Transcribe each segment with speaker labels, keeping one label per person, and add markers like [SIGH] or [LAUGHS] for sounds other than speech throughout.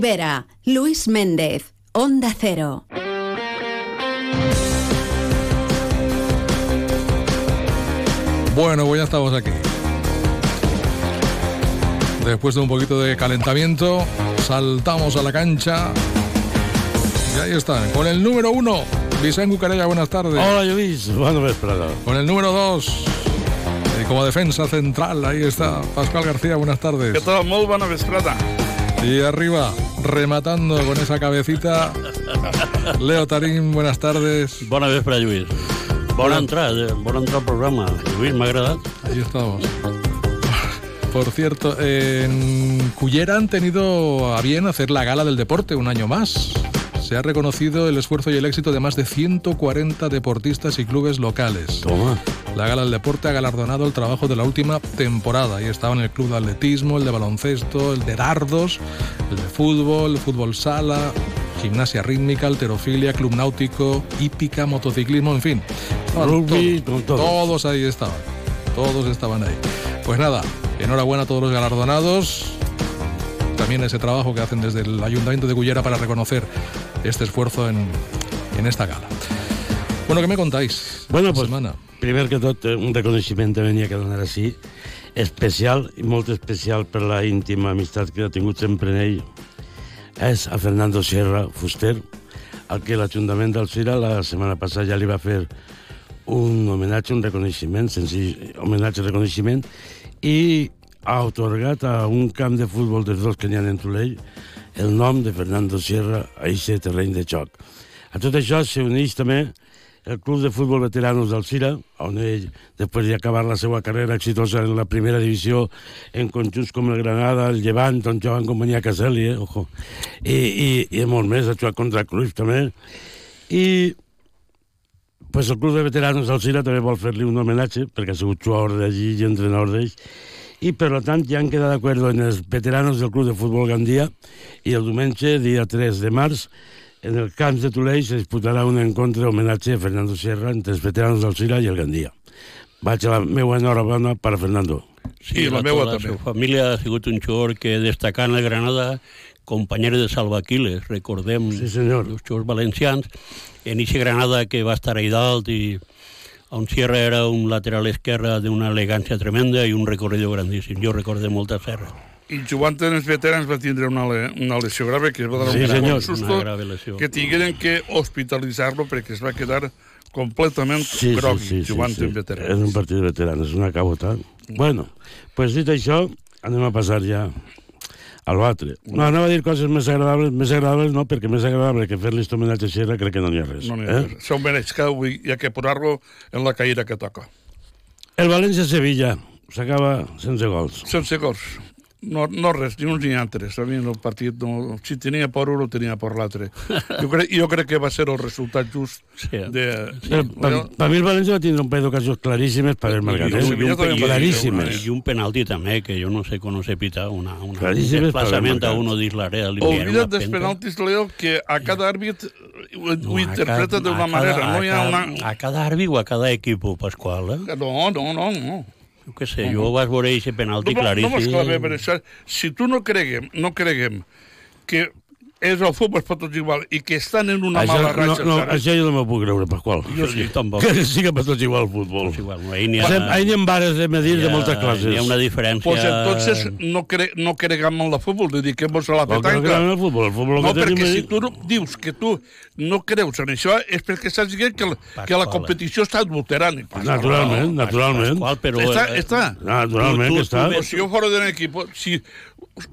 Speaker 1: Rivera, Luis Méndez, Onda Cero.
Speaker 2: Bueno, pues ya estamos aquí. Después de un poquito de calentamiento, saltamos a la cancha. Y ahí están, con el número uno, Vicente Bucarella, buenas tardes.
Speaker 3: Hola, Luis. Buenas ves, Prada.
Speaker 2: Con el número dos, eh, como defensa central, ahí está, Pascual García, buenas
Speaker 4: Que
Speaker 2: tardes.
Speaker 4: todo molt bona vesprada.
Speaker 2: Y arriba, rematando con esa cabecita, Leo Tarín, buenas tardes.
Speaker 3: Bona vespre, Lluís. Bona entrada, eh? bona entrada al programa. Lluís, m'ha agradat.
Speaker 2: Ahí estamos. Por cierto, en Cullera han tenido a bien hacer la gala del deporte un año más. Se ha reconocido el esfuerzo y el éxito de más de 140 deportistas y clubes locales.
Speaker 3: Toma.
Speaker 2: La Gala del Deporte ha galardonado el trabajo de la última temporada. Ahí estaban el club de atletismo, el de baloncesto, el de dardos, el de fútbol, el fútbol sala, gimnasia rítmica, alterofilia, club náutico, hípica, motociclismo, en fin. Estaban
Speaker 3: Rugby, con todos.
Speaker 2: Todos ahí estaban. Todos estaban ahí. Pues nada, enhorabuena a todos los galardonados. También ese trabajo que hacen desde el Ayuntamiento de Cullera para reconocer este esfuerzo en, en esta gala. Bueno, ¿qué me contáis?
Speaker 3: Bueno,
Speaker 2: Esta
Speaker 3: pues,
Speaker 2: semana.
Speaker 3: primer que tot, eh, un reconeixement venia que donar així, especial i molt especial per la íntima amistat que he tingut sempre en ell, és a Fernando Sierra Fuster, al que l'Ajuntament d'Alcira la setmana passada ja li va fer un homenatge, un reconeixement, senzill homenatge, reconeixement, i ha otorgat a un camp de futbol dels dos que n'hi ha en Tulell el nom de Fernando Sierra a aquest terreny de xoc. A tot això s'hi uneix també el Club de Futbol Veteranos d'Alcira, on ell, després d'acabar la seva carrera exitosa en la primera divisió, en conjunts com el Granada, el Llevant, on jugava en companyia Caselli, eh? ojo, i, i, i molt més, ha jugat contra Cruyff també, i pues el Club de Veteranos d'Alcira també vol fer-li un homenatge, perquè ha sigut jugador d'allí i entrenador d'ells, i per lo tant ja han quedat d'acord en els veteranos del Club de Futbol Gandia i el diumenge, dia 3 de març, en el camp de Tulei se disputarà un encontre homenatge a Fernando Sierra entre els veteranos d'Alcira i el Gandia. Vaig a la meva enhorabona per a Fernando.
Speaker 4: Sí, la meua
Speaker 5: tota
Speaker 4: també.
Speaker 5: La seva família ha sigut un jugador que destacant a Granada, companyero de Salva Aquiles, recordem
Speaker 3: Sí, senyor.
Speaker 5: els jugadors valencians, en eixe Granada que va estar ahí dalt i on Sierra era un lateral esquerre d'una elegància tremenda i un recorrido grandíssim. Jo recorde molt a Serra.
Speaker 4: I jugant en els veterans va tindre una, le- una lesió grave que es va donar
Speaker 3: Sí,
Speaker 4: un
Speaker 3: senyor.
Speaker 4: bon susto
Speaker 5: Una grave lesió.
Speaker 4: que tingueren que hospitalitzar-lo perquè es va quedar completament sí, grogui sí, sí, jugant sí, sí. en
Speaker 3: És
Speaker 4: veterans.
Speaker 3: un partit de veteranos, una cabota. Bueno, pues dit això, anem a passar ja a l'altre. No, anava a dir coses més agradables, més agradables no, perquè més agradable que fer-li aquest homenatge a Sierra crec que no n'hi ha res.
Speaker 4: No n'hi ha eh? Se ho mereix que avui hi ha que posar-lo en la caïra que toca.
Speaker 3: El València-Sevilla s'acaba sense gols.
Speaker 4: Sense gols. No, no res, ni uns ni altres. A mi el partit, no, si tenia por un, ho tenia por l'altre. Jo, crec, jo crec que va ser el resultat just
Speaker 5: Sí.
Speaker 4: de...
Speaker 3: Per, per, per Eh, mi el València va tindre un parell d'ocasions claríssimes per el
Speaker 4: I el
Speaker 3: Mercader.
Speaker 4: Sevilla també va
Speaker 3: Claríssimes.
Speaker 4: tindre
Speaker 5: I un penalti també, que jo no sé com no se pita, una, una, un
Speaker 3: eh. Claríssim,
Speaker 5: desplaçament
Speaker 3: però
Speaker 5: a
Speaker 3: marcat.
Speaker 5: uno dins l'àrea. li enviaron una
Speaker 4: Olvida't dels
Speaker 5: penta.
Speaker 4: penaltis, Leo, que a cada àrbit ho, ho
Speaker 5: a
Speaker 4: interpreta
Speaker 5: cada-
Speaker 4: d'una
Speaker 5: a cada-
Speaker 4: manera. No hi ha
Speaker 5: a
Speaker 4: una...
Speaker 5: cada- A cada àrbitre o a cada equip, Pasqual, eh?
Speaker 4: No, no, no, no.
Speaker 5: Jo què sé, jo vas veure aquest penalti
Speaker 4: no, no
Speaker 5: claríssim.
Speaker 4: mos clavem en això. Si tu no creguem, no creguem que és el futbol per tots igual i que estan en una
Speaker 3: Això, no,
Speaker 4: mala ratxa.
Speaker 3: no,
Speaker 4: saps?
Speaker 3: això jo no m'ho puc creure, Pasqual.
Speaker 5: Jo sí, tampoc.
Speaker 3: Que siga per tots igual el futbol.
Speaker 5: És igual, no, ahir n'hi ha,
Speaker 3: Sem- Ahir n'hi ha vares de medir de moltes classes.
Speaker 5: Hi ha una diferència...
Speaker 4: pues doncs entonces no, cre no creguem en la futbol, dediquem-nos a la
Speaker 3: No, creo que era en
Speaker 4: petanca.
Speaker 3: el fútbol. El fútbol
Speaker 4: No,
Speaker 3: que tenim
Speaker 4: perquè si
Speaker 3: ahí-
Speaker 4: tu no, dius que tu no creus en això és perquè estàs dient que, la- que la
Speaker 5: Pasqual.
Speaker 4: competició està adulterant.
Speaker 3: Ah, Naturalment, naturalment. Ah,
Speaker 5: Pasqual, però...
Speaker 4: Està,
Speaker 5: eh,
Speaker 4: està.
Speaker 3: Naturalment
Speaker 5: Tu-
Speaker 3: que
Speaker 5: tu-
Speaker 3: està.
Speaker 5: tu
Speaker 4: Pues si yo fuera de un equipo, si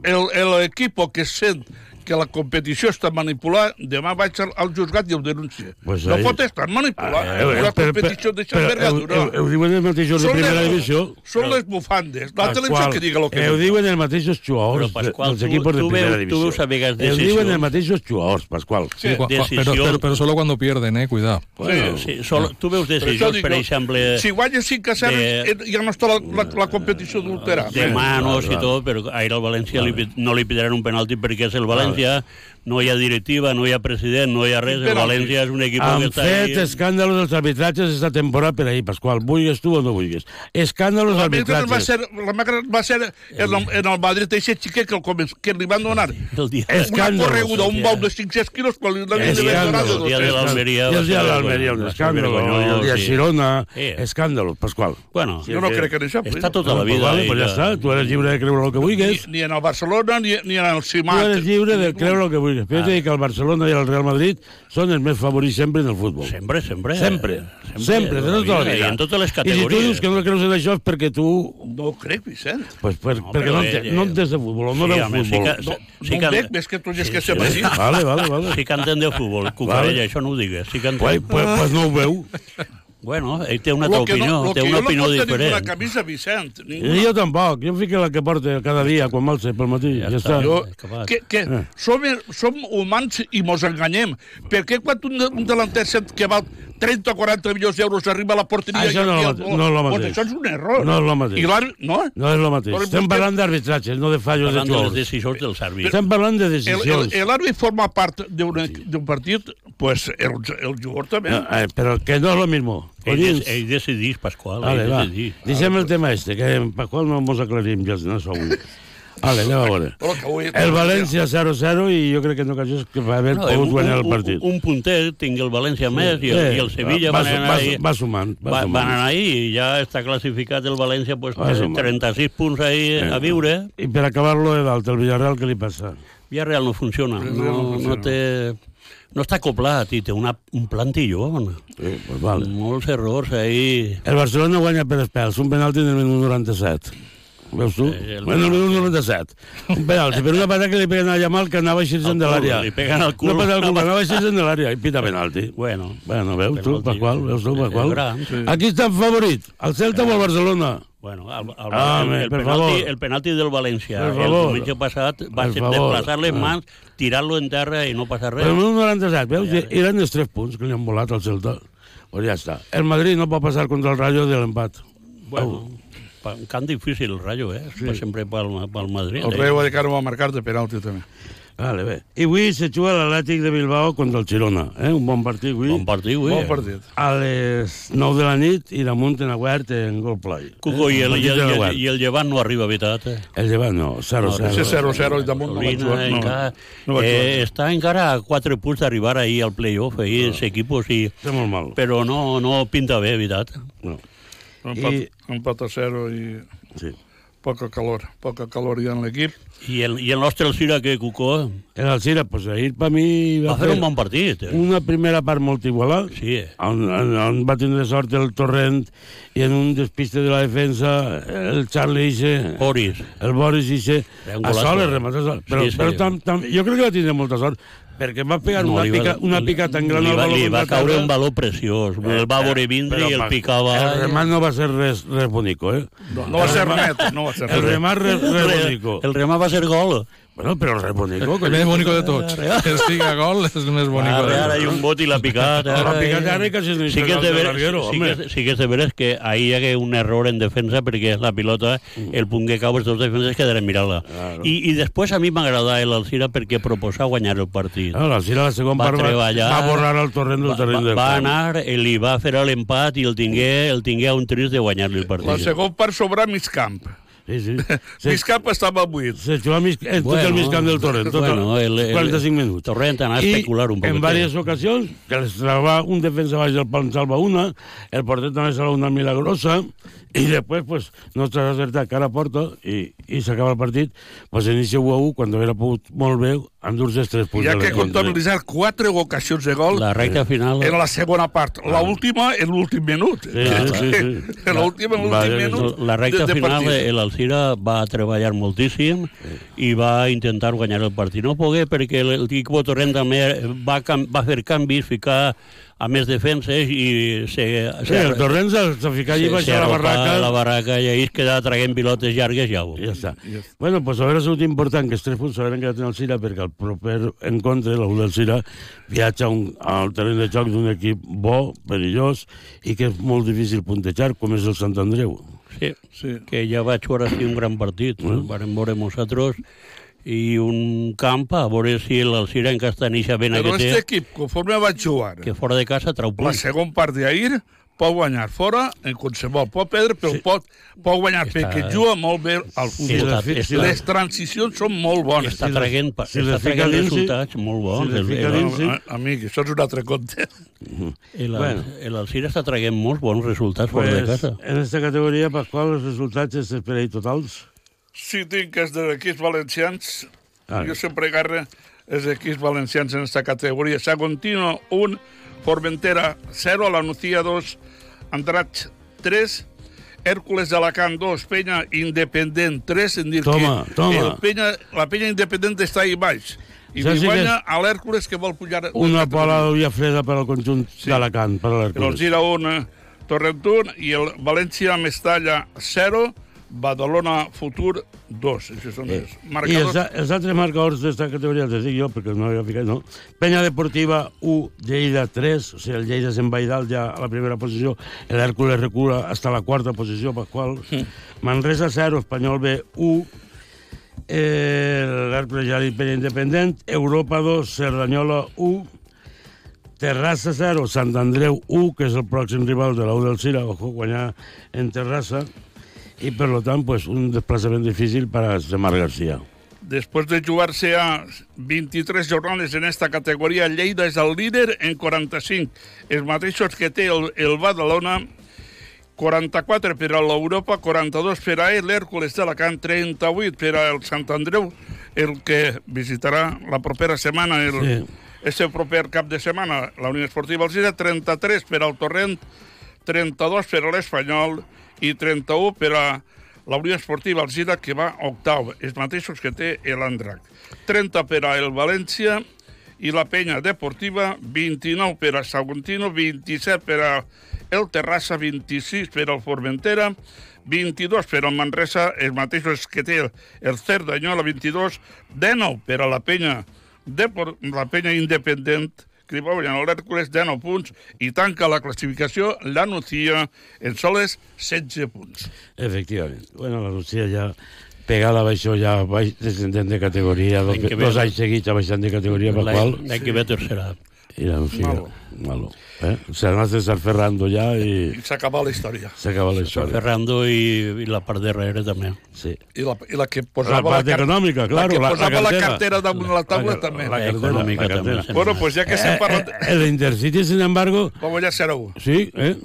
Speaker 4: el, el equipo que sent que la competició està manipulada, demà vaig al, al juzgat i ho denuncie.
Speaker 3: Pues
Speaker 4: no
Speaker 3: ahí-
Speaker 4: pot estar manipulat.
Speaker 3: Eh, eh,
Speaker 4: la
Speaker 3: però-
Speaker 4: competició
Speaker 3: però-
Speaker 4: deixa
Speaker 3: però
Speaker 4: envergadura.
Speaker 3: Heu, heu, heu diuen els mateixos de
Speaker 4: Són
Speaker 3: primera
Speaker 4: les-
Speaker 3: divisió.
Speaker 4: Són les bufandes. La
Speaker 3: Pasqual,
Speaker 4: televisió que diga el que
Speaker 3: Heu
Speaker 4: diga.
Speaker 3: diuen els mateixos
Speaker 5: Però,
Speaker 3: jugadors de-
Speaker 5: Pasqual,
Speaker 3: dels
Speaker 5: tu-
Speaker 3: equipos de
Speaker 5: tu
Speaker 3: primera
Speaker 5: veus- tu
Speaker 3: divisió.
Speaker 5: veus a vegades
Speaker 3: Heu
Speaker 5: decisions.
Speaker 3: diuen els mateixos jugadors, Pasqual.
Speaker 4: Sí.
Speaker 2: Cu- cu-
Speaker 5: Decisión.
Speaker 2: Pero, pero- pero solo cuando pierden, eh, cuidado.
Speaker 5: Bueno, sí, solo, tu veus
Speaker 4: Per això
Speaker 5: decisions,
Speaker 4: dic,
Speaker 5: per exemple,
Speaker 4: Si guanyes 5 a 0,
Speaker 5: de-
Speaker 4: eh, ja no està la, la, la competició adulterada.
Speaker 5: de
Speaker 4: Bé.
Speaker 5: manos i tot, però ahir al València li, pi- no li pitaran un penalti perquè és el València. València no hi ha directiva, no hi ha president, no hi ha res. El
Speaker 4: Però-
Speaker 5: València és un equip que
Speaker 3: Han
Speaker 5: està ahí...
Speaker 3: fet escàndalos dels arbitratges esta temporada per ahir, Pasqual. Vulgues tu o no vulgues. Escàndalos
Speaker 4: La Merkel va
Speaker 3: arbitratges.
Speaker 4: ser, la Merkel va ser en el, en el Madrid eixe xiquet que, el començ, que li van donar
Speaker 5: El dia,
Speaker 3: Es-
Speaker 4: una
Speaker 3: Escàndols,
Speaker 4: correguda, un
Speaker 5: hòstia.
Speaker 4: bau de 500 quilos, quan li
Speaker 5: el
Speaker 4: l'havien de
Speaker 5: dia,
Speaker 4: donar
Speaker 3: escàndols,
Speaker 4: de
Speaker 5: el dia de
Speaker 4: 200.
Speaker 3: I
Speaker 5: l'Almeria... va
Speaker 3: el dia
Speaker 5: ser
Speaker 3: de l'Almeria, un
Speaker 5: vergonyós, va ser
Speaker 3: escàndalo.
Speaker 5: vergonyós,
Speaker 3: El dia de
Speaker 5: sí.
Speaker 3: Girona,
Speaker 5: Sí.
Speaker 3: escàndalos, Pasqual.
Speaker 5: Bueno,
Speaker 4: Jo no crec en això.
Speaker 5: està
Speaker 4: però.
Speaker 5: tota la vida...
Speaker 3: Vale, pues ja
Speaker 5: ella-
Speaker 3: està, tu eres lliure de creure el que vulguis.
Speaker 4: Ni en el Barcelona, ni, ni en el
Speaker 3: Tu
Speaker 4: Cimat.
Speaker 3: eres lliure de creure el que vulguis. Però jo
Speaker 5: Ah.
Speaker 3: t'he dit que el Barcelona i el Real Madrid són els més favorits sempre en el futbol.
Speaker 5: Sempre, eh. sempre.
Speaker 3: Sempre, sempre, de tota la vida.
Speaker 5: I en totes les
Speaker 3: I si tu
Speaker 5: categories.
Speaker 3: dius que no creus en això és perquè tu...
Speaker 4: No ho eh? crec, Vicent.
Speaker 3: Pues, per,
Speaker 5: No,
Speaker 3: no, perquè
Speaker 5: però
Speaker 3: no,
Speaker 5: ell,
Speaker 3: ente,
Speaker 5: ell.
Speaker 3: no entens de futbol, no veus
Speaker 5: home,
Speaker 3: futbol.
Speaker 5: sí
Speaker 4: No,
Speaker 5: que, sí,
Speaker 4: no
Speaker 5: que,
Speaker 4: ho crec, més que tu ja és que
Speaker 5: sí, Ah,
Speaker 4: se
Speaker 5: sí.
Speaker 4: patia.
Speaker 3: Vale, vale, vale.
Speaker 5: sí que entén de futbol, cucarella, això no ho digues. Sí que entén.
Speaker 3: Pues, pues, pues no ho veu.
Speaker 5: Bueno, ell té una
Speaker 4: Lo que
Speaker 5: altra opinió,
Speaker 4: lo
Speaker 5: té
Speaker 4: que jo
Speaker 5: una
Speaker 4: no
Speaker 5: opinió
Speaker 4: puc tenir
Speaker 5: diferent.
Speaker 4: una camisa, Vicent.
Speaker 3: I
Speaker 4: Ningú.
Speaker 3: jo tampoc. Jo em fico la que porta cada dia quan m'alça pel matí. Ja, està.
Speaker 4: Jo,
Speaker 5: acabat.
Speaker 4: que, que
Speaker 3: Eh.
Speaker 4: som, som humans i mos enganyem. Per què quan un, un delanter sent que val 30 o 40 milions d'euros arriba a la porteria...
Speaker 3: Això
Speaker 4: i el
Speaker 3: no és
Speaker 4: dia
Speaker 3: el mate-
Speaker 4: gol?
Speaker 3: no és el
Speaker 4: Pues
Speaker 3: mateix.
Speaker 4: això és un error.
Speaker 3: No és el mateix.
Speaker 4: I l'àrbitre- no?
Speaker 3: No és el mateix.
Speaker 4: Però
Speaker 3: Estem
Speaker 4: vostè-
Speaker 3: parlant d'arbitratges, no de fallos de
Speaker 5: Parlant de les
Speaker 3: jugadors.
Speaker 5: decisions dels àrbits.
Speaker 3: Estem parlant de
Speaker 4: El- el-
Speaker 3: decisions.
Speaker 4: el L'àrbitre forma part d'un d'un partit, pues el, el jugador també.
Speaker 3: No, eh, però que no és lo mismo.
Speaker 5: Ell,
Speaker 3: Collins.
Speaker 5: dec- ell decidís, Pasqual,
Speaker 3: Vale,
Speaker 5: ell
Speaker 3: va.
Speaker 5: decidís.
Speaker 3: Deixem el tema este, que per qual no mos aclarim ja, no sou. Vale, anem a veure.
Speaker 4: Però que avui-
Speaker 3: El València 0-0 i jo crec que no caixés que va haver
Speaker 5: No,
Speaker 3: pogut guanyar el partit.
Speaker 5: Un, un punter tingui el València més i el,
Speaker 3: Eh,
Speaker 5: i el Sevilla
Speaker 3: va,
Speaker 5: van
Speaker 3: va,
Speaker 5: anar
Speaker 3: va,
Speaker 5: ahí.
Speaker 3: va sumant, va,
Speaker 5: Va,
Speaker 3: sumant.
Speaker 5: van anar ahí i ja està classificat el València pues,
Speaker 3: Va sumant.
Speaker 5: 36 punts ahí a viure.
Speaker 3: I per acabar-lo de dalt, el Villarreal, què li passa?
Speaker 5: Villarreal no funciona. No, no, té, no està acoplat i té una, un plantilló.
Speaker 3: Eh, pues vale.
Speaker 5: Molts errors ahí.
Speaker 3: El Barcelona guanya per espels, un penalti en el minut 97. Veus tu?
Speaker 5: Eh, el-
Speaker 3: En el minut 97. Un penalti, per una patada que li peguen a Yamal que anava així-se'n de
Speaker 5: cul,
Speaker 3: l'àrea.
Speaker 5: li peguen al cul.
Speaker 3: Una patada al cul, que anava així-se'n de l'àrea i pita penalti.
Speaker 5: Bueno,
Speaker 3: Bueno, veus tu,
Speaker 5: Penalti.
Speaker 3: per qual, veus tu, per
Speaker 5: És
Speaker 3: qual.
Speaker 5: gran, sí.
Speaker 3: Aquí està el favorit, el Celta o el Barcelona.
Speaker 5: bueno el, el,
Speaker 3: Ah,
Speaker 5: el,
Speaker 3: home,
Speaker 5: el,
Speaker 3: per
Speaker 5: penalti,
Speaker 3: favor.
Speaker 5: el penalti del València
Speaker 3: Per
Speaker 5: el
Speaker 3: favor.
Speaker 5: diumenge passat va
Speaker 3: Per
Speaker 5: ser
Speaker 3: favor.
Speaker 5: desplaçar-le en
Speaker 3: Ah.
Speaker 5: mans, tirar-lo en terra i no passa res.
Speaker 3: Però en el 97, veus, ja, eren els tres punts que li han volat al Celta. Pues ja està. El Madrid no pot passar contra el Rayo de l'empat.
Speaker 5: Bueno, pa- un camp difícil el Rayo, eh? Sí. Sempre pel, pel Madrid. eh?
Speaker 4: El Rayo Vallecano va marcar de penalti també.
Speaker 3: Vale, bé. I avui se juga l'Atlètic de Bilbao contra el Girona. Eh? Un bon partit avui.
Speaker 5: Bon partit, eh? avui.
Speaker 4: Bon partit.
Speaker 3: a les 9 de la nit i damunt en Aguert en Gol Play. Eh?
Speaker 5: Cuco, i el, i,
Speaker 3: Partit de
Speaker 5: el, i,
Speaker 3: Aguert.
Speaker 5: el, i el llevant no arriba, veritat. Eh?
Speaker 3: El llevant no, 0-0.
Speaker 4: Ese 0-0 i damunt no va
Speaker 5: Molina,
Speaker 4: jugar. No,
Speaker 5: encara,
Speaker 4: no va
Speaker 5: eh,
Speaker 4: jugar.
Speaker 5: està encara a quatre punts d'arribar ahir al play-off, ahir els equipos, i,
Speaker 3: Està molt mal.
Speaker 5: però no, no pinta bé, veritat.
Speaker 3: No.
Speaker 4: Empat,
Speaker 3: i-
Speaker 4: empat a 0 i
Speaker 3: Sí.
Speaker 4: poca calor. Poca calor hi ha en l'equip.
Speaker 5: I el, i el nostre el Sira, que Cucó,
Speaker 3: El Alcira, pues, ahir per mi va,
Speaker 5: va fer un bon partit. Eh?
Speaker 3: una primera part molt igualada,
Speaker 5: Sí, eh,
Speaker 3: on, on, on, va tindre sort el Torrent i en un despiste de la defensa el Charlie Ixe,
Speaker 5: Boris.
Speaker 3: el Boris Ixe,
Speaker 5: Era un
Speaker 3: a
Speaker 5: golazo. eh?
Speaker 3: soles rematar a soles. Però,
Speaker 5: Sí, sí.
Speaker 3: però tam, tam, jo crec que va tindre molta sort, perquè va pegar
Speaker 5: No,
Speaker 3: una,
Speaker 5: li va-
Speaker 3: pica, una
Speaker 5: li-
Speaker 3: pica tan gran
Speaker 5: li
Speaker 3: al
Speaker 5: va,
Speaker 3: baló.
Speaker 5: li va
Speaker 3: contra
Speaker 5: caure
Speaker 3: terra.
Speaker 5: un valor preciós. El va veure vindre
Speaker 3: Eh, Però,
Speaker 5: i el
Speaker 3: Paco,
Speaker 5: picava.
Speaker 3: El remat no va ser res, res bonico, eh?
Speaker 4: No, no va ser net, no
Speaker 5: [LAUGHS]
Speaker 4: va ser
Speaker 3: El
Speaker 4: net.
Speaker 3: remat res,
Speaker 5: El
Speaker 3: res
Speaker 5: re-
Speaker 3: bonico.
Speaker 5: el remat va ser gol.
Speaker 3: Bueno, però res bonico,
Speaker 2: El
Speaker 3: que
Speaker 2: més bonic de tots. Que siga gol és el més bonic de
Speaker 5: Ara, ara hi
Speaker 2: tots.
Speaker 5: un bot i l'ha picat.
Speaker 3: La
Speaker 5: Ara,
Speaker 3: picat
Speaker 5: eh?
Speaker 3: ara que se li
Speaker 5: sí que és
Speaker 3: pega
Speaker 5: de
Speaker 3: el
Speaker 5: veres,
Speaker 3: larguero,
Speaker 5: sí,
Speaker 3: home.
Speaker 5: que, sí que és de veres que ahir hi hagué un error en defensa perquè la pilota, el punt que cau els dos defenses quedaren mirant-la.
Speaker 3: Mm. Claro.
Speaker 5: I, I després a mi m'agrada l'Alcira perquè proposa guanyar el partit.
Speaker 3: No, la Sira, la segona
Speaker 5: Va
Speaker 3: part, va,
Speaker 5: treballar.
Speaker 3: va borrar el torrent del
Speaker 5: Va,
Speaker 3: terreny
Speaker 5: va,
Speaker 3: del
Speaker 5: va
Speaker 3: camp.
Speaker 5: anar, eh, li va fer l'empat i el tingué, el tingué a un tris de guanyar-li el
Speaker 4: La
Speaker 5: partit.
Speaker 4: segona part sobre mig camp.
Speaker 3: Sí,
Speaker 5: [LAUGHS]
Speaker 3: sí. Se,
Speaker 4: Mig camp estava buit.
Speaker 3: se jugà mig, en tot el mig camp del torrent, tot
Speaker 5: bueno, el, el,
Speaker 3: 45 minuts.
Speaker 5: Torrent anà a especular un poquet. eh.
Speaker 3: en diverses ocasions, que les trabà un defensa baix del pal en salva una, el porter també salva una milagrosa, i després, pues, no estàs acertat cara a porta i, i s'acaba el partit, pues inicia 1 a 1, quan hauria pogut molt bé endur-se els tres punts.
Speaker 4: Ja
Speaker 3: de
Speaker 4: que
Speaker 3: l'encontre.
Speaker 4: comptabilitzar quatre ocasions de gol
Speaker 5: La recta final... Ah.
Speaker 4: en la segona part. L'última en l'últim minut.
Speaker 3: Sí, sí, sí, sí.
Speaker 4: L'última en
Speaker 3: Vale,
Speaker 4: l'últim minut.
Speaker 5: La recta
Speaker 4: de- de
Speaker 5: final, eh,
Speaker 4: partit.
Speaker 5: el Alcira va treballar moltíssim i va intentar guanyar el partit. No pogué perquè el- el Quico Torrent també va, cam- va fer canvis, ficar a més defenses i se,
Speaker 3: Sí, el Torrent s'ha s'ha ficat allí baix a la
Speaker 5: arropà
Speaker 3: barraca.
Speaker 5: la barraca i ahir es quedava traguent pilotes llargues ja ho.
Speaker 3: I ja està. Bueno, doncs pues, haurà sigut important que els tres punts s'hauran quedat en el Sira perquè el proper encontre, l'U del Sira, viatja a un, al terreny de joc d'un equip bo, perillós, i que és molt difícil puntejar, com és el Sant Andreu.
Speaker 5: Sí,
Speaker 4: Sí.
Speaker 5: que ja vaig veure així un gran partit, mm. vàrem veure nosaltres i un camp a veure si l'Alcira encara deixa ben
Speaker 4: Però
Speaker 5: aquest
Speaker 4: aquest equip, conforme va jugar
Speaker 5: que fora de casa trau
Speaker 4: la
Speaker 5: punts.
Speaker 4: segon part d'ahir, pot guanyar fora en qualsevol, pot perdre, però pot, pot guanyar
Speaker 5: Està-
Speaker 4: perquè juga molt bé al futbol.
Speaker 5: està-
Speaker 4: Les-
Speaker 5: està-
Speaker 4: les transicions són molt bones.
Speaker 5: Està
Speaker 3: Si les-
Speaker 5: traient, pa-
Speaker 3: si
Speaker 5: està
Speaker 3: les fica
Speaker 5: traient
Speaker 3: dins, sí.
Speaker 5: resultats molt bons.
Speaker 3: Si les
Speaker 5: El-
Speaker 3: fica
Speaker 5: el-
Speaker 4: No,
Speaker 3: dins, sí.
Speaker 4: a- eh, Amic, això és un altre conte.
Speaker 5: el-
Speaker 3: Bueno.
Speaker 5: L'Alcira està traient molts bons resultats fora de
Speaker 3: Pues,
Speaker 5: casa.
Speaker 3: en aquesta categoria, Pasqual, els resultats és esperei totals.
Speaker 4: Si tinc els de equips valencians,
Speaker 3: Ah.
Speaker 4: jo sempre agarro els equips valencians en aquesta categoria. Sagontino, 1, Formentera, 0, La Nucía, 2, Andratx, 3, Hércules de Alacant, 2, Penya Independent, 3, en dir
Speaker 3: Toma,
Speaker 4: que
Speaker 3: toma.
Speaker 4: El Penya, la Penya Independent està ahí baix. I
Speaker 3: Ja
Speaker 4: li
Speaker 3: sí que-
Speaker 4: guanya a l'Hèrcules que vol pujar...
Speaker 3: Una bola d'ulla freda per al conjunt d'Alacant, per a
Speaker 4: El
Speaker 3: l'Hércules.
Speaker 4: Gira 1, Torrentún, i el València Mestalla 0, Badalona Futur 2. Això són els
Speaker 3: Eh, I els,
Speaker 4: marcadors.
Speaker 3: a- els altres marcadors d'esta categoria els dic jo, perquè no havia ficat, no? Penya Deportiva 1, Lleida 3, o sigui, el Lleida se'n va i dalt ja a la primera posició, l'Hèrcules recula hasta la quarta posició, Pasqual. Manresa 0, Espanyol B 1, eh, l'Hèrcules ja l'Imperi Independent, Europa 2, Cerdanyola 1, Terrassa 0, Sant Andreu 1, que és el pròxim rival de la U del Cira, ojo, guanyar en Terrassa, i per lo tant, pues, un desplaçament difícil per a Semar García.
Speaker 4: Després de jugar-se a 23 jornades en esta categoria, Lleida és el líder en 45. Els mateixos que té el, el Badalona, 44 per a l'Europa, 42 per a l'Hèrcules d'Alacant, 38 per al Sant Andreu, el que visitarà la propera setmana, el, sí.
Speaker 3: Sí.
Speaker 4: este proper cap de setmana, la Unió Esportiva Alcira, 33 per al Torrent, 32 per a l'Espanyol i 31 per a la Unió Esportiva Alcira, que va octau, els mateixos que té l'Andrac. 30 per a el València i la Penya Deportiva, 29 per a Saguntino, 27 per a el Terrassa, 26 per al Formentera, 22 per al Manresa, els mateixos que té el Cerdanyola, 22, 19 per a la Penya, Depor la Penya Independent, que va guanyar l'Hèrcules 19 punts i tanca la classificació la Nucía en soles 16 punts.
Speaker 3: Efectivament. Bueno, la Lucía ja pegada a això, ja baix, descendent de categoria, dos,
Speaker 5: que ve.
Speaker 3: dos anys seguits ja baixant de categoria, per qual...
Speaker 5: L'any que ve tercera.
Speaker 3: I la Lucía, malo.
Speaker 4: Malo.
Speaker 3: malo. Eh? Se n'ha de estar ferrando ja i
Speaker 4: I s'acaba la història.
Speaker 3: s'acaba la història.
Speaker 5: Ferrando i, i la part darrere també.
Speaker 3: Sí.
Speaker 4: I la, i la que
Speaker 3: La
Speaker 4: posava
Speaker 3: part
Speaker 4: car-
Speaker 3: econòmica,
Speaker 4: la
Speaker 3: claro.
Speaker 4: que posava la
Speaker 3: cartera.
Speaker 4: cartera damunt la taula també.
Speaker 3: La cartera,
Speaker 5: Econòmica
Speaker 3: la
Speaker 5: també,
Speaker 3: cartera.
Speaker 5: sí.
Speaker 4: Bueno, pues ja que estem parlant...
Speaker 3: Eh, eh, L'Intercity, sin embargo,
Speaker 4: Com ja serà un.
Speaker 3: sí, eh?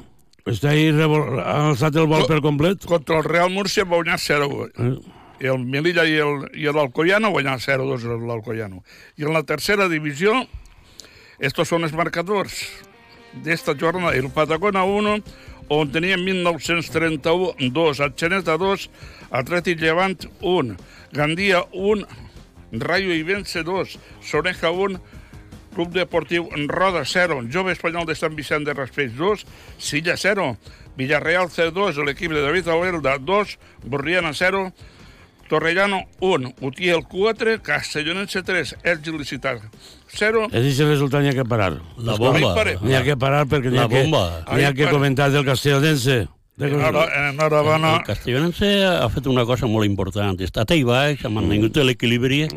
Speaker 3: Està ahí revol... ha alçat el vol
Speaker 4: Co-
Speaker 3: per complet.
Speaker 4: Contra el Real Murcia va guanyar 0-1.
Speaker 3: Eh?
Speaker 4: I el Melilla i el- i l'Alcoyano guanyar 0-2 a l'Alcoyano. I en la tercera divisió, estos són els marcadors d'esta jornada. El Patagona 1, on teníem 1931, 2. El Xeneta 2, Atlètic Llevant 1. Gandia 1, Rayo Ibense 2. Soneja 1, Club Deportiu Roda 0, Jove Espanyol de Sant Vicent de Raspeix 2, Silla 0, Villarreal C2, l'equip de David Albelda 2, Borriana 0, Torrellano 1, Utiel 4, Castellonense 3, Elx Licitar 0,
Speaker 3: És aquest resultat n'hi ha que parar.
Speaker 5: La
Speaker 4: Ahí
Speaker 5: bomba.
Speaker 4: pare.
Speaker 3: N'hi ha que parar perquè n'hi ha,
Speaker 5: La
Speaker 3: que,
Speaker 5: bomba.
Speaker 3: n'hi ha
Speaker 4: Ahí
Speaker 3: que
Speaker 4: pare.
Speaker 3: comentar del castellonense. De
Speaker 4: Enhora- enhorabona.
Speaker 5: El Castellonense ha fet una cosa molt important. Està allà baix, ha
Speaker 3: Mm.
Speaker 5: mantingut l'equilibri,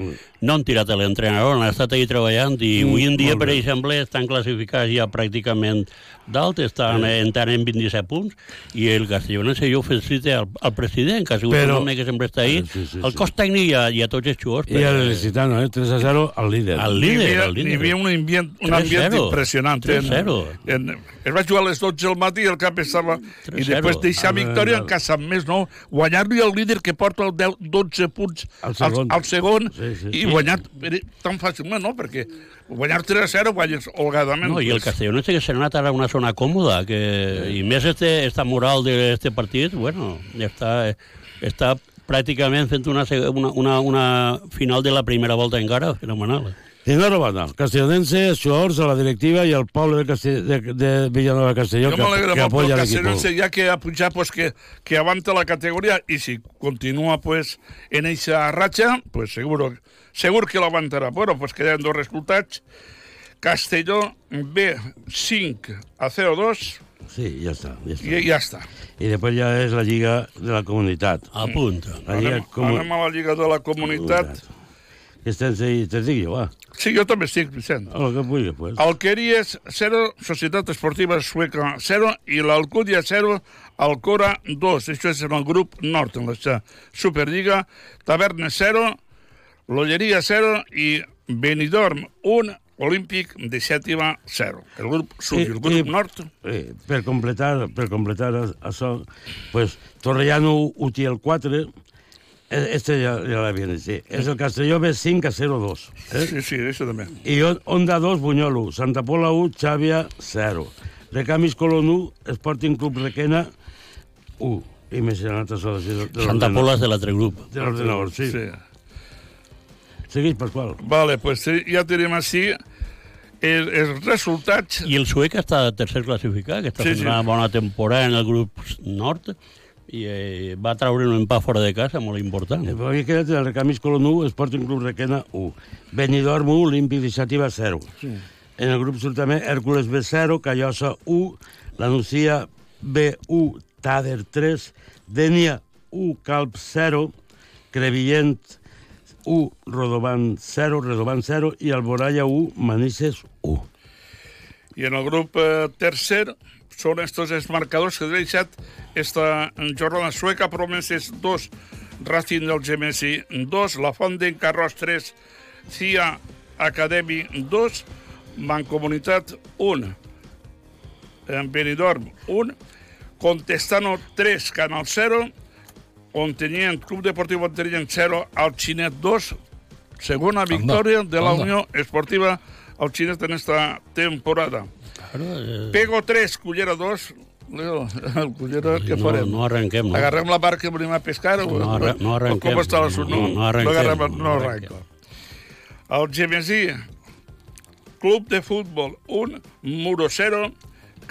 Speaker 5: no han tirat a l'entrenador, han estat allà treballant
Speaker 3: Mm,
Speaker 5: i avui en dia, per exemple, estan classificats ja pràcticament dalt, estan
Speaker 3: Mm.
Speaker 5: eh, entrant en 27 punts, i el Castellonense jo felicite al, al president, que ha sigut
Speaker 3: Però- Ah,
Speaker 5: un home que sempre està ahí,
Speaker 3: Sí, sí, sí.
Speaker 5: al cos tècnic i a, i a tots els jugadors.
Speaker 3: I el
Speaker 5: però-
Speaker 3: Licitano, eh? 3 a 0 al líder.
Speaker 5: Al
Speaker 4: Hi
Speaker 5: líder,
Speaker 4: havia,
Speaker 5: al
Speaker 4: hi
Speaker 5: líder.
Speaker 4: havia un ambient, un
Speaker 5: 3-0.
Speaker 4: ambient impressionant. En,
Speaker 5: 3-0.
Speaker 4: en, es va jugar a les 12 del matí i el cap estava... I
Speaker 5: 3-0.
Speaker 4: després deixar
Speaker 3: Ah,
Speaker 4: victòria
Speaker 3: ah,
Speaker 4: en casa amb més, no? Guanyar-li el líder que porta el 10, 12 punts
Speaker 3: Al
Speaker 4: al
Speaker 3: segon.
Speaker 4: segon, al, al segon
Speaker 3: Sí,
Speaker 4: sí,
Speaker 3: sí,
Speaker 4: sí, i
Speaker 3: sí.
Speaker 4: guanyar per- tan fàcilment, no? Perquè guanyar 3-0 guanyes holgadament.
Speaker 5: No, i el Castellonense que se n'ha anat ara a una zona còmoda, que, i més este, esta moral d'aquest partit, bueno, ja està, eh, està pràcticament fent una, seg- una, una, una final de la primera volta encara, fenomenal.
Speaker 3: Enhorabona. El castellonense, els jugadors, la directiva i el poble de, Castell... de, de Villanova de Castelló
Speaker 4: Jo
Speaker 3: que,
Speaker 4: m'alegro
Speaker 3: que
Speaker 4: molt pel
Speaker 3: apoya l'equip.
Speaker 4: Castellonse, ja que ha pujat, pues, que, que avanta la categoria, i si continua pues, en eixa ratxa, pues, seguro, segur que l'aguantarà. Bueno, pues, queden dos resultats. Castelló B 5 a 0-2
Speaker 3: Sí, ja està. Ja
Speaker 4: i
Speaker 3: està.
Speaker 4: ja està.
Speaker 3: I, després ja és la lliga de la comunitat.
Speaker 5: A punt.
Speaker 3: La lliga
Speaker 4: Anem, anem a la Lliga de la Comunitat.
Speaker 3: que estàs ahí, te digui, va,
Speaker 4: Sí, jo també estic, Vicent.
Speaker 3: el que vulgui, pues.
Speaker 4: El Queri és 0, Societat Esportiva Sueca 0 i l'Alcúdia 0, Alcora 2. Això és en el grup nord, en la Superliga. Taverna 0, Lolleria 0 i Benidorm 1, Olímpic de Xètiva 0. El grup sud i el
Speaker 3: I- i-
Speaker 4: grup nord.
Speaker 3: Eh, per completar, per completar a- això, pues, Torrellano UTI el 4, eh, este ja, ja l'havien dit, sí. És el Castelló B5 a 0-2. Eh?
Speaker 4: Sí, sí, això també.
Speaker 3: I on- Onda 2, Bunyol 1, Santa Pola 1, Xàbia 0. Recamis Colón 1, Sporting Club Requena 1. I més en altres hores de, de
Speaker 5: Santa
Speaker 3: l'ordena-
Speaker 5: Pola és de l'altre grup.
Speaker 3: De l'ordenador, sí. sí. Segueix, Pasqual.
Speaker 4: Vale, pues sí, ja tenim així els, els resultats.
Speaker 5: I el suec està tercer classificat, que està
Speaker 4: Sí,
Speaker 5: fent
Speaker 4: sí.
Speaker 5: una bona temporada en el grup nord, i eh, va treure un empat fora de casa molt important.
Speaker 3: Eh, Havia quedat el Recamis Colón 1, Sporting Club Requena 1. Benidorm 1, Olímpic Iniciativa 0. Sí. En el grup surt també Hèrcules B0, Callosa 1, la Nucía B1, Tader 3, Denia 1, Calp 0, Crevillent 1, Rodovan 0, Redovan 0 i Alboraya 1, Manises 1.
Speaker 4: I en el grup eh, tercer són estos els marcadors que ha deixat esta jornada sueca, Promeses 2, Racing del Gemesi 2, La Font d'en Carros 3, CIA Academy 2, Mancomunitat 1, eh, Benidorm 1, Contestano 3, Canal 0, Ontenient, Club Deportiu Ontenient 0, Alxinet 2, segona victòria de la
Speaker 2: anda.
Speaker 4: Unió Esportiva Alxinet en esta temporada.
Speaker 5: Claro, eh,
Speaker 4: Pego 3, cullera 2. Leo, [LAUGHS] el cullera, què
Speaker 5: no,
Speaker 4: farem?
Speaker 5: no arrenquem, no.
Speaker 4: Agarrem la barca i venim a pescar? o-
Speaker 5: No arre- no arrenquem.
Speaker 4: o Com està la sort?
Speaker 5: No, no arrenquem,
Speaker 4: No, agarrem,
Speaker 5: no
Speaker 4: no arrenca. El Gemesí, Club de Futbol 1, Muro 0,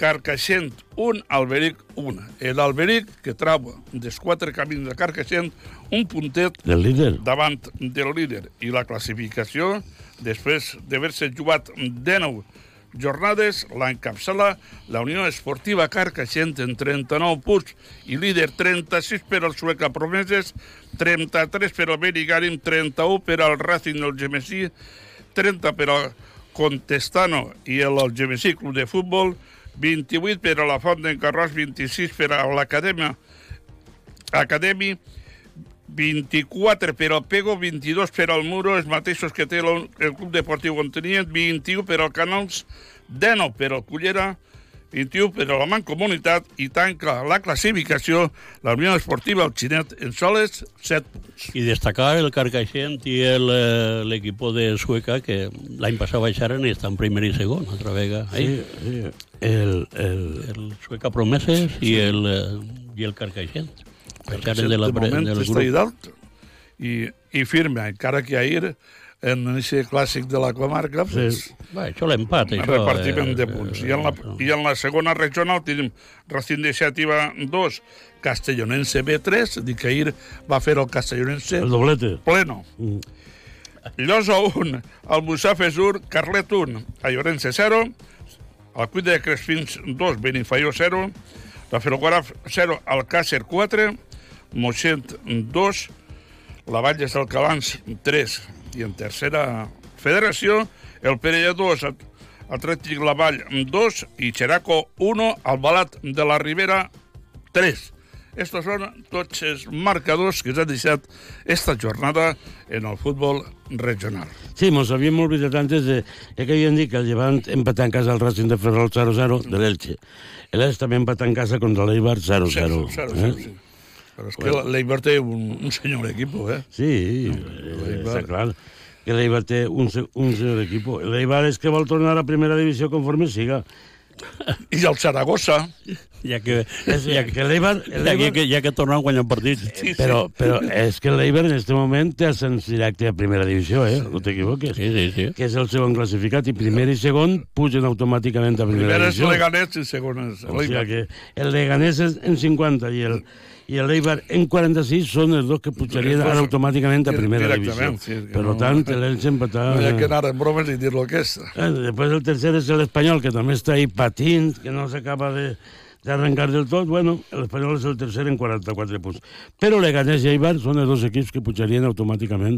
Speaker 4: Carcaixent 1, Alberic 1. L'Alberic, que troba dels quatre camins de Carcaixent, un puntet
Speaker 3: Del líder?
Speaker 4: davant del líder i la classificació, després d'haver-se jugat 19 jornades, l'encapçala la Unió Esportiva Carcaixent en 39 punts i líder 36 per al Sueca Promeses, 33 per al Benigarim, 31 per al Racing del Gemesí, 30 per al Contestano i el Gemesí Club de Futbol, 28 per a la Font d'en Carròs, 26 per a l'Acadèmia Academy, 24 per al Pego, 22 per al Muro, els mateixos que té l'Un- el Club Deportiu Ontenient, 21 per al Canals, 19 per al Cullera, 21 per a la Mancomunitat i tanca la classificació la Unió Esportiva al Xinet en soles 7 punts.
Speaker 5: I destacar el Carcaixent i el, eh, l'equipo de Sueca, que l'any passat baixaren i estan primer i segon, altra vegada. Sí.
Speaker 3: Sí. El, el,
Speaker 5: El Sueca Promeses i el, eh, i el Carcaixent. Baixaren de la,
Speaker 4: de
Speaker 5: pre-
Speaker 4: moment
Speaker 5: del
Speaker 4: està
Speaker 5: grup.
Speaker 4: dalt i, i firme, encara que ahir en aquest clàssic de la comarca pues,
Speaker 5: Va, això l'empat, això.
Speaker 4: repartiment
Speaker 5: eh,
Speaker 4: de punts.
Speaker 5: eh,
Speaker 4: I en, la,
Speaker 5: això.
Speaker 4: I en la segona regional tenim Racing Iniciativa 2, Castellonense B3, dic que ahir va fer el Castellonense
Speaker 3: el doblete.
Speaker 4: pleno. Llosa 1, el Musafes 1, Carlet 1, Ayorense 0, el Cuit de Crespins 2, Benifaió 0, la Ferroguaraf 0, el Càcer 4, Moixent 2, la Valles del Calans 3 i en tercera federació el Perellà 2, At- Atlètic La Vall 2 i Xeraco 1, Albalat de la Ribera 3. Estos són tots els marcadors que s'han deixat esta jornada en el futbol regional.
Speaker 3: Sí, mos havíem oblidat antes de, ja que havien dit que el Llevant empatà en casa el Racing de Ferrol 0-0 de l'Elche. L'Elche també empatà en casa contra l'Eibar eh? 0-0.
Speaker 4: Sí, sí, sí, sí, sí. Però és que l'Eibar té un, un senyor equipo, eh?
Speaker 3: Sí, eh, està clar que l'Eibar té un, se- un senyor equip. L'Eibar és que vol tornar a primera divisió conforme siga.
Speaker 4: I el Saragossa,
Speaker 5: Ja que,
Speaker 3: És, ja, que l'Eibar...
Speaker 5: ja que,
Speaker 3: l'Eibar-
Speaker 5: que- ja que tornem a guanyar partits.
Speaker 4: sí.
Speaker 3: Però, però és que l'Eibar en este moment té ascens directe a primera divisió, eh? No t'equivoques.
Speaker 5: Sí, sí, sí.
Speaker 3: Que és el segon classificat i primer i segon pugen automàticament a primera,
Speaker 4: primer és
Speaker 3: divisió.
Speaker 4: Leganés i segon és
Speaker 3: O sigui
Speaker 4: l'Eibar.
Speaker 3: que el Leganés és en 50 i el, i el Eibar en 46 són els dos que pujarien ara automàticament a primera divisió.
Speaker 4: Directament, Pues, sí, és que
Speaker 3: Per
Speaker 4: no-
Speaker 3: tant, l'Elx empatarà...
Speaker 4: No hi ha que anar en bromes i dir lo que és.
Speaker 3: Eh, Després el tercer és l'Espanyol, que també està ahí patint, que no s'acaba de d'arrencar del tot, bueno, l'Espanyol és el tercer en 44 punts. Però Leganés i Eibar són els dos equips que pujarien automàticament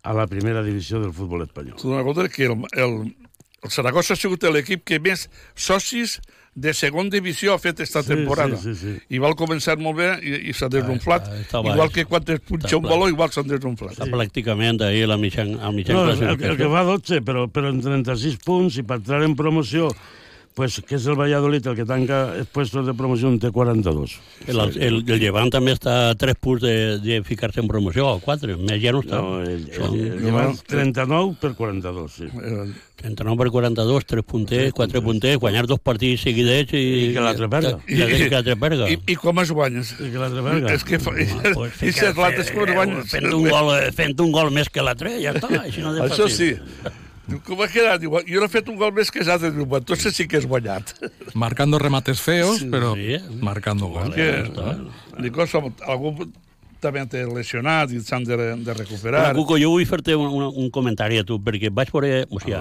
Speaker 3: a la primera divisió del futbol espanyol.
Speaker 4: T'adona compte que el, el, el Saragossa ha sigut l'equip que més socis de segona divisió ha fet esta
Speaker 3: Sí,
Speaker 4: temporada.
Speaker 3: sí, sí, Ah, sí.
Speaker 4: I va començar molt bé i, i s'ha desunflat.
Speaker 5: està- està
Speaker 4: Igual
Speaker 5: baix.
Speaker 4: que quan es punxa
Speaker 5: Està
Speaker 4: un
Speaker 5: clar.
Speaker 4: baló, igual s'han desunflat.
Speaker 5: Està pràcticament ahir la mitjan, a mitjan
Speaker 3: No, el, el, el que
Speaker 5: classificació.
Speaker 3: va a 12, però, però en 36 punts, i per entrar en promoció, pues, que és el Valladolid el que tanca els puestos de promoció, en té 42.
Speaker 5: El, el, el Llevant també està a tres punts de, de ficar-se en promoció, o quatre, més ja no està.
Speaker 3: No, el, el,
Speaker 5: Són
Speaker 3: el, llevan 39 per 42, sí.
Speaker 4: Eh,
Speaker 5: 39 per 42, 3 punters, 4 punters, guanyar dos partits seguidets i...
Speaker 3: I que l'altre perda.
Speaker 5: I, i, i que l'altre perda.
Speaker 4: I, i com es guanyes?
Speaker 3: I que l'altre verga.
Speaker 4: És que fa...
Speaker 5: Ah,
Speaker 4: I
Speaker 5: pues ficar-se,
Speaker 4: ses lates com es guanyes?
Speaker 5: Fent un gol, eh, fent un gol més que l'altre, ja està. Així no és
Speaker 4: Això
Speaker 5: fàcil.
Speaker 4: sí. Diu, com ha quedat? Diu, jo no he fet un gol més que ja altres. Diu, bueno, entonces sí que has guanyat.
Speaker 2: Marcando remates feos, pero
Speaker 5: sí.
Speaker 2: marcando goles.
Speaker 4: Que, dic, Eh, som, algú també té lesionat i s'han de, de recuperar.
Speaker 5: Però, Cuco, jo vull fer-te un, un, un comentari a tu, perquè vaig veure, o sigui,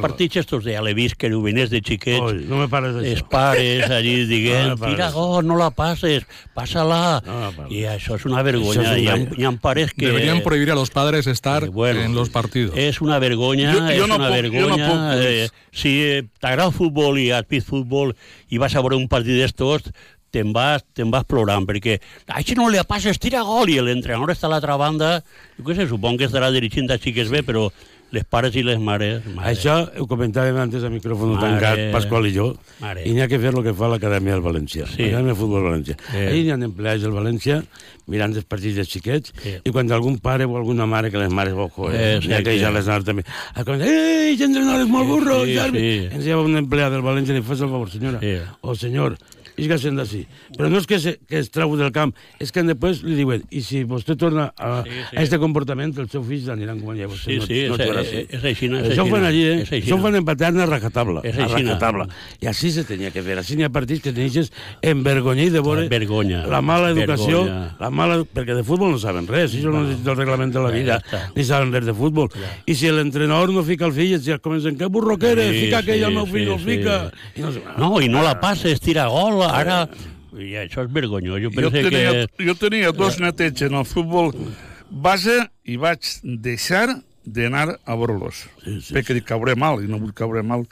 Speaker 5: partits estos de Alevís, que vinés de xiquets,
Speaker 3: Ah, Oi, no Ah, me pares
Speaker 5: els
Speaker 3: d'això.
Speaker 5: pares
Speaker 3: [LAUGHS]
Speaker 5: allí dient,
Speaker 3: No, pares.
Speaker 5: tira gol, no la passes, passa-la.
Speaker 3: No, pares.
Speaker 5: I això és una vergonya.
Speaker 3: Ah, Això és
Speaker 5: Hi
Speaker 3: una-
Speaker 5: ha, hi ha pares que...
Speaker 2: Deberían prohibir a los padres estar
Speaker 5: Eh, bueno,
Speaker 2: en los partidos.
Speaker 5: És una vergonya,
Speaker 4: Jo- jo
Speaker 5: és
Speaker 4: no
Speaker 5: una
Speaker 4: puc- jo no
Speaker 5: vergonya.
Speaker 4: puc, Lluís.
Speaker 5: eh, si eh, t'agrada el futbol i has vist futbol i vas a veure un partit d'estos, te'n vas, te'n vas plorant, perquè això no li passes, tira gol, i l'entrenador està a l'altra banda, jo què sé, supongo que estarà dirigint a xiques bé, però les pares i les mares... mare.
Speaker 3: Això ho comentàvem antes a micròfon
Speaker 5: Mare.
Speaker 3: tancat, Pasqual i jo,
Speaker 5: Mare.
Speaker 3: i n'hi ha que fer el que fa l'Acadèmia del València,
Speaker 5: Sí.
Speaker 3: l'Acadèmia de Futbol València.
Speaker 5: Sí.
Speaker 3: Ahir hi ha empleats del València mirant els partits de xiquets
Speaker 5: Sí.
Speaker 3: i quan algun pare o alguna mare, que les mares, ojo, eh,
Speaker 5: Eh, sí,
Speaker 3: n'hi ha que
Speaker 5: sí.
Speaker 3: deixar les anar també, a quan ei, aquest entrenador és molt burro,
Speaker 5: sí,
Speaker 3: sí, sí.
Speaker 5: sí.
Speaker 3: ens lleva un empleat del València i li fas el favor, senyora,
Speaker 5: Sí.
Speaker 3: o senyor, és que sent d'ací. Però no és que, se, que es trau del camp, és que després li diuen, i si vostè torna a, sí, sí. a este comportament, els seus fills aniran com allà.
Speaker 5: Sí, sí, és- eh, és- és així, no? És
Speaker 3: Això ho
Speaker 5: així,
Speaker 3: fan
Speaker 5: no?
Speaker 3: allí, eh?
Speaker 5: És així,
Speaker 3: Això ho
Speaker 5: no?
Speaker 3: fan en paterna a rajatabla.
Speaker 5: És
Speaker 3: a
Speaker 5: així, no?
Speaker 3: rajatabla. I així se tenia que fer. Així n'hi ha partits que teneixes en vergonya i de veure
Speaker 5: Vergonya.
Speaker 3: la mala educació,
Speaker 5: Vergonya.
Speaker 3: la mala... perquè de futbol no saben res, això no és del reglament de la vida,
Speaker 5: ja està.
Speaker 3: ni saben res de futbol. I si l'entrenador no fica el fill, et ja comencen, que burro que eres,
Speaker 5: Sí,
Speaker 3: fica aquell,
Speaker 5: sí,
Speaker 3: el meu
Speaker 5: sí,
Speaker 3: fill no el
Speaker 5: sí.
Speaker 3: fica. I no sé,
Speaker 5: No, Eh, i no la passes, tira gol, ara... I això és vergonyós, jo
Speaker 4: Jo
Speaker 5: penso
Speaker 4: tenia,
Speaker 5: que... Eh.
Speaker 4: jo tenia dos netets en el futbol base i vaig deixar d'anar a veure-los. Sí, sí, perquè dic, cauré mal, i no vull caure mal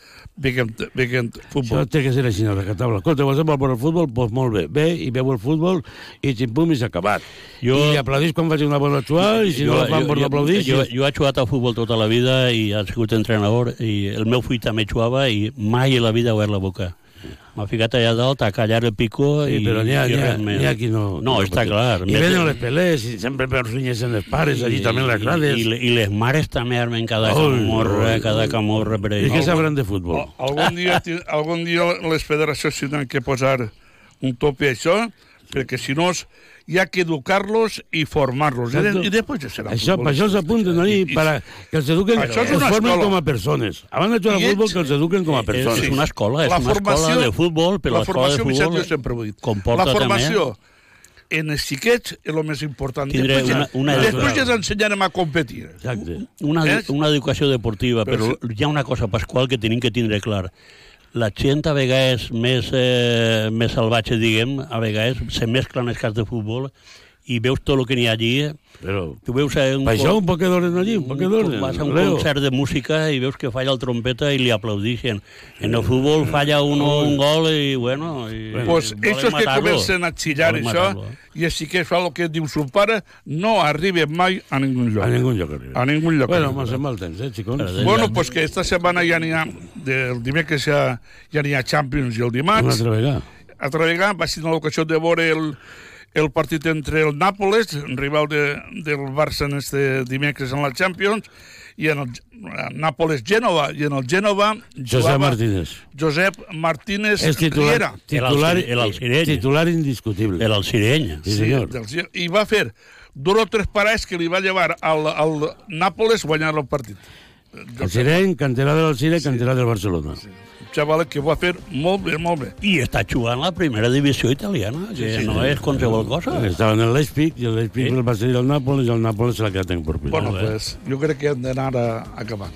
Speaker 4: veient, veient
Speaker 3: Això
Speaker 4: futbol.
Speaker 3: té que ser així, no, recatabla. Escolta, vols anar per el futbol? Doncs molt bé. Ve i veu el futbol i xim-pum i s'ha acabat. Jo...
Speaker 5: Jo-
Speaker 3: I aplaudís quan faci una bona actual i si no la fan,
Speaker 5: jo,
Speaker 3: doncs no aplaudís.
Speaker 5: jo, jo he jugat a futbol tota la vida i ha sigut entrenador i el meu fill també jugava i mai a la vida he obert la boca. M'ha ficat allà dalt a callar el pico
Speaker 3: Sí,
Speaker 5: i,
Speaker 3: però n'hi ha,
Speaker 5: i
Speaker 3: n'hi ha,
Speaker 5: res més.
Speaker 3: n'hi ha qui no... no
Speaker 5: No, està
Speaker 3: pot.
Speaker 5: clar.
Speaker 3: I venen les pelés, i sempre per sunyes en els pares, allí també en les grades.
Speaker 5: I,
Speaker 3: I,
Speaker 5: le- I les mares també armen cada
Speaker 3: Ui,
Speaker 5: camorra,
Speaker 3: ui,
Speaker 5: cada
Speaker 3: ui.
Speaker 5: camorra per
Speaker 3: què
Speaker 5: ells.
Speaker 3: sabran de futbol?
Speaker 5: Oh,
Speaker 4: Al- Algun dia, ti- algun dia les federacions tindran que posar un tope a això, perquè si no, es- hi ha que educar-los i formar-los. I,
Speaker 5: Doncs
Speaker 4: de- I després ja serà
Speaker 3: Això, per això s'apunten allí,
Speaker 4: I- i-
Speaker 3: per a- que els eduquen,
Speaker 4: Això és
Speaker 3: que els
Speaker 4: una
Speaker 3: formen
Speaker 4: escola.
Speaker 3: com a persones. Abans de jugar
Speaker 4: I
Speaker 3: a futbol,
Speaker 4: ets-
Speaker 3: que els eduquen com a
Speaker 5: és
Speaker 3: persones.
Speaker 5: una escola, és
Speaker 4: La
Speaker 5: una
Speaker 4: formació-
Speaker 5: escola de futbol, però
Speaker 4: la
Speaker 5: l'escola de
Speaker 4: formació, Vicent,
Speaker 5: futbol
Speaker 4: jo sempre ho he dit.
Speaker 5: comporta
Speaker 4: la formació
Speaker 5: també...
Speaker 4: en els xiquets és el més important.
Speaker 5: Tindré
Speaker 4: després ja-
Speaker 5: una- una-
Speaker 4: després ja ens ensenyarem a competir.
Speaker 3: Exacte.
Speaker 5: Una, edu-
Speaker 4: És-
Speaker 5: una educació deportiva, però,
Speaker 4: Però
Speaker 5: hi ha una cosa, Pasqual, que tenim que tindre clar. La gent a vegades més, eh, més salvatge, diguem, a vegades se mesclen els cas de futbol i veus tot el que n'hi ha allí. eh?
Speaker 3: Però,
Speaker 5: Tu veus eh, un,
Speaker 3: per això
Speaker 5: co-
Speaker 3: un poc d'orden allí, un poc d'orden.
Speaker 5: vas a un
Speaker 3: Leo.
Speaker 5: concert de música i veus que falla el trompeta i li aplaudixen. En el futbol falla un, un gol i, bueno... I,
Speaker 4: Pues
Speaker 5: volen
Speaker 4: ells que
Speaker 5: matar-lo.
Speaker 4: comencen a xillar
Speaker 5: Volen
Speaker 4: això
Speaker 5: matar-lo. eh.
Speaker 4: i així que fa el que diu son pare, no arriben mai a ningú lloc.
Speaker 3: A ningú lloc arriba.
Speaker 4: A ningú lloc.
Speaker 3: Bueno, mos sembla el temps, eh, xicons?
Speaker 4: Bueno, pues que esta setmana ja n'hi ha, del dimecres ja, ja n'hi ha Champions i el
Speaker 3: Una
Speaker 4: dimarts.
Speaker 3: altra vegada.
Speaker 4: A Travegà va ser l'ocasió de veure el, el partit entre el Nàpoles, rival de, del Barça en este dimecres en la Champions, i en el en Nàpoles-Gènova, i en el Gènova
Speaker 3: Josep Martínez.
Speaker 4: Josep Martínez
Speaker 3: És titular,
Speaker 4: Riera.
Speaker 3: titular,
Speaker 5: El Alcirella.
Speaker 3: titular indiscutible.
Speaker 5: El Alcireny.
Speaker 3: Sí, senyor.
Speaker 4: Del, Gir- I va fer duró tres parades que li va llevar al, al Nàpoles guanyar el partit.
Speaker 3: El Sireny, canterà de l'Alcira i canterà del Barcelona.
Speaker 4: Un xaval que ho va fer molt bé, molt bé.
Speaker 5: I està jugant la primera divisió italiana, que no és qualsevol cosa.
Speaker 3: Estava en el Leipzig, i el Leipzig el va cedir al Nàpols, i el Nàpols se l'ha quedat en Corpina.
Speaker 4: Bueno, pues, jo crec que hem d'anar a, a acabar.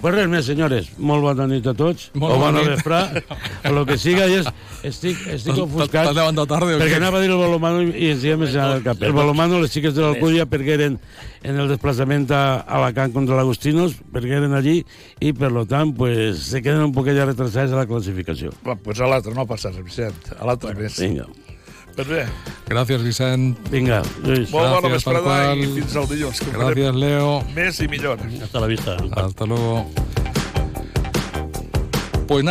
Speaker 3: Pues res més, senyores. Molt bona nit a tots.
Speaker 2: Molt
Speaker 3: o
Speaker 2: bona
Speaker 3: bona
Speaker 2: nit.
Speaker 3: vesprà.
Speaker 2: [LAUGHS]
Speaker 3: o el que siga. I és, estic, estic
Speaker 2: T'has-
Speaker 3: ofuscat.
Speaker 2: t'has levantat tarde, o
Speaker 3: Perquè
Speaker 2: què?
Speaker 3: anava a dir el balomano i ens hi hem mencionat el cap. El balomano, les xiques de l'Alcúdia, perquè eren en el desplaçament a Alacant contra l'Agustinos, perquè eren allí, i per lo tant, pues, se queden un poquet ja retrasats a la classificació.
Speaker 4: Va, pues a l'altre, no passaràs, Vicent. A l'altre més.
Speaker 3: Vinga.
Speaker 4: Pues bé,
Speaker 2: Gracias, Vicent.
Speaker 3: Vinga, Lluís.
Speaker 4: molt bona
Speaker 2: Gràcies,
Speaker 4: vesprada
Speaker 2: Pasqual.
Speaker 4: i fins al dilluns. Que farem
Speaker 2: Gracias, Leo.
Speaker 4: Més i millor.
Speaker 5: Hasta la vista.
Speaker 2: Hasta luego. Pues nada.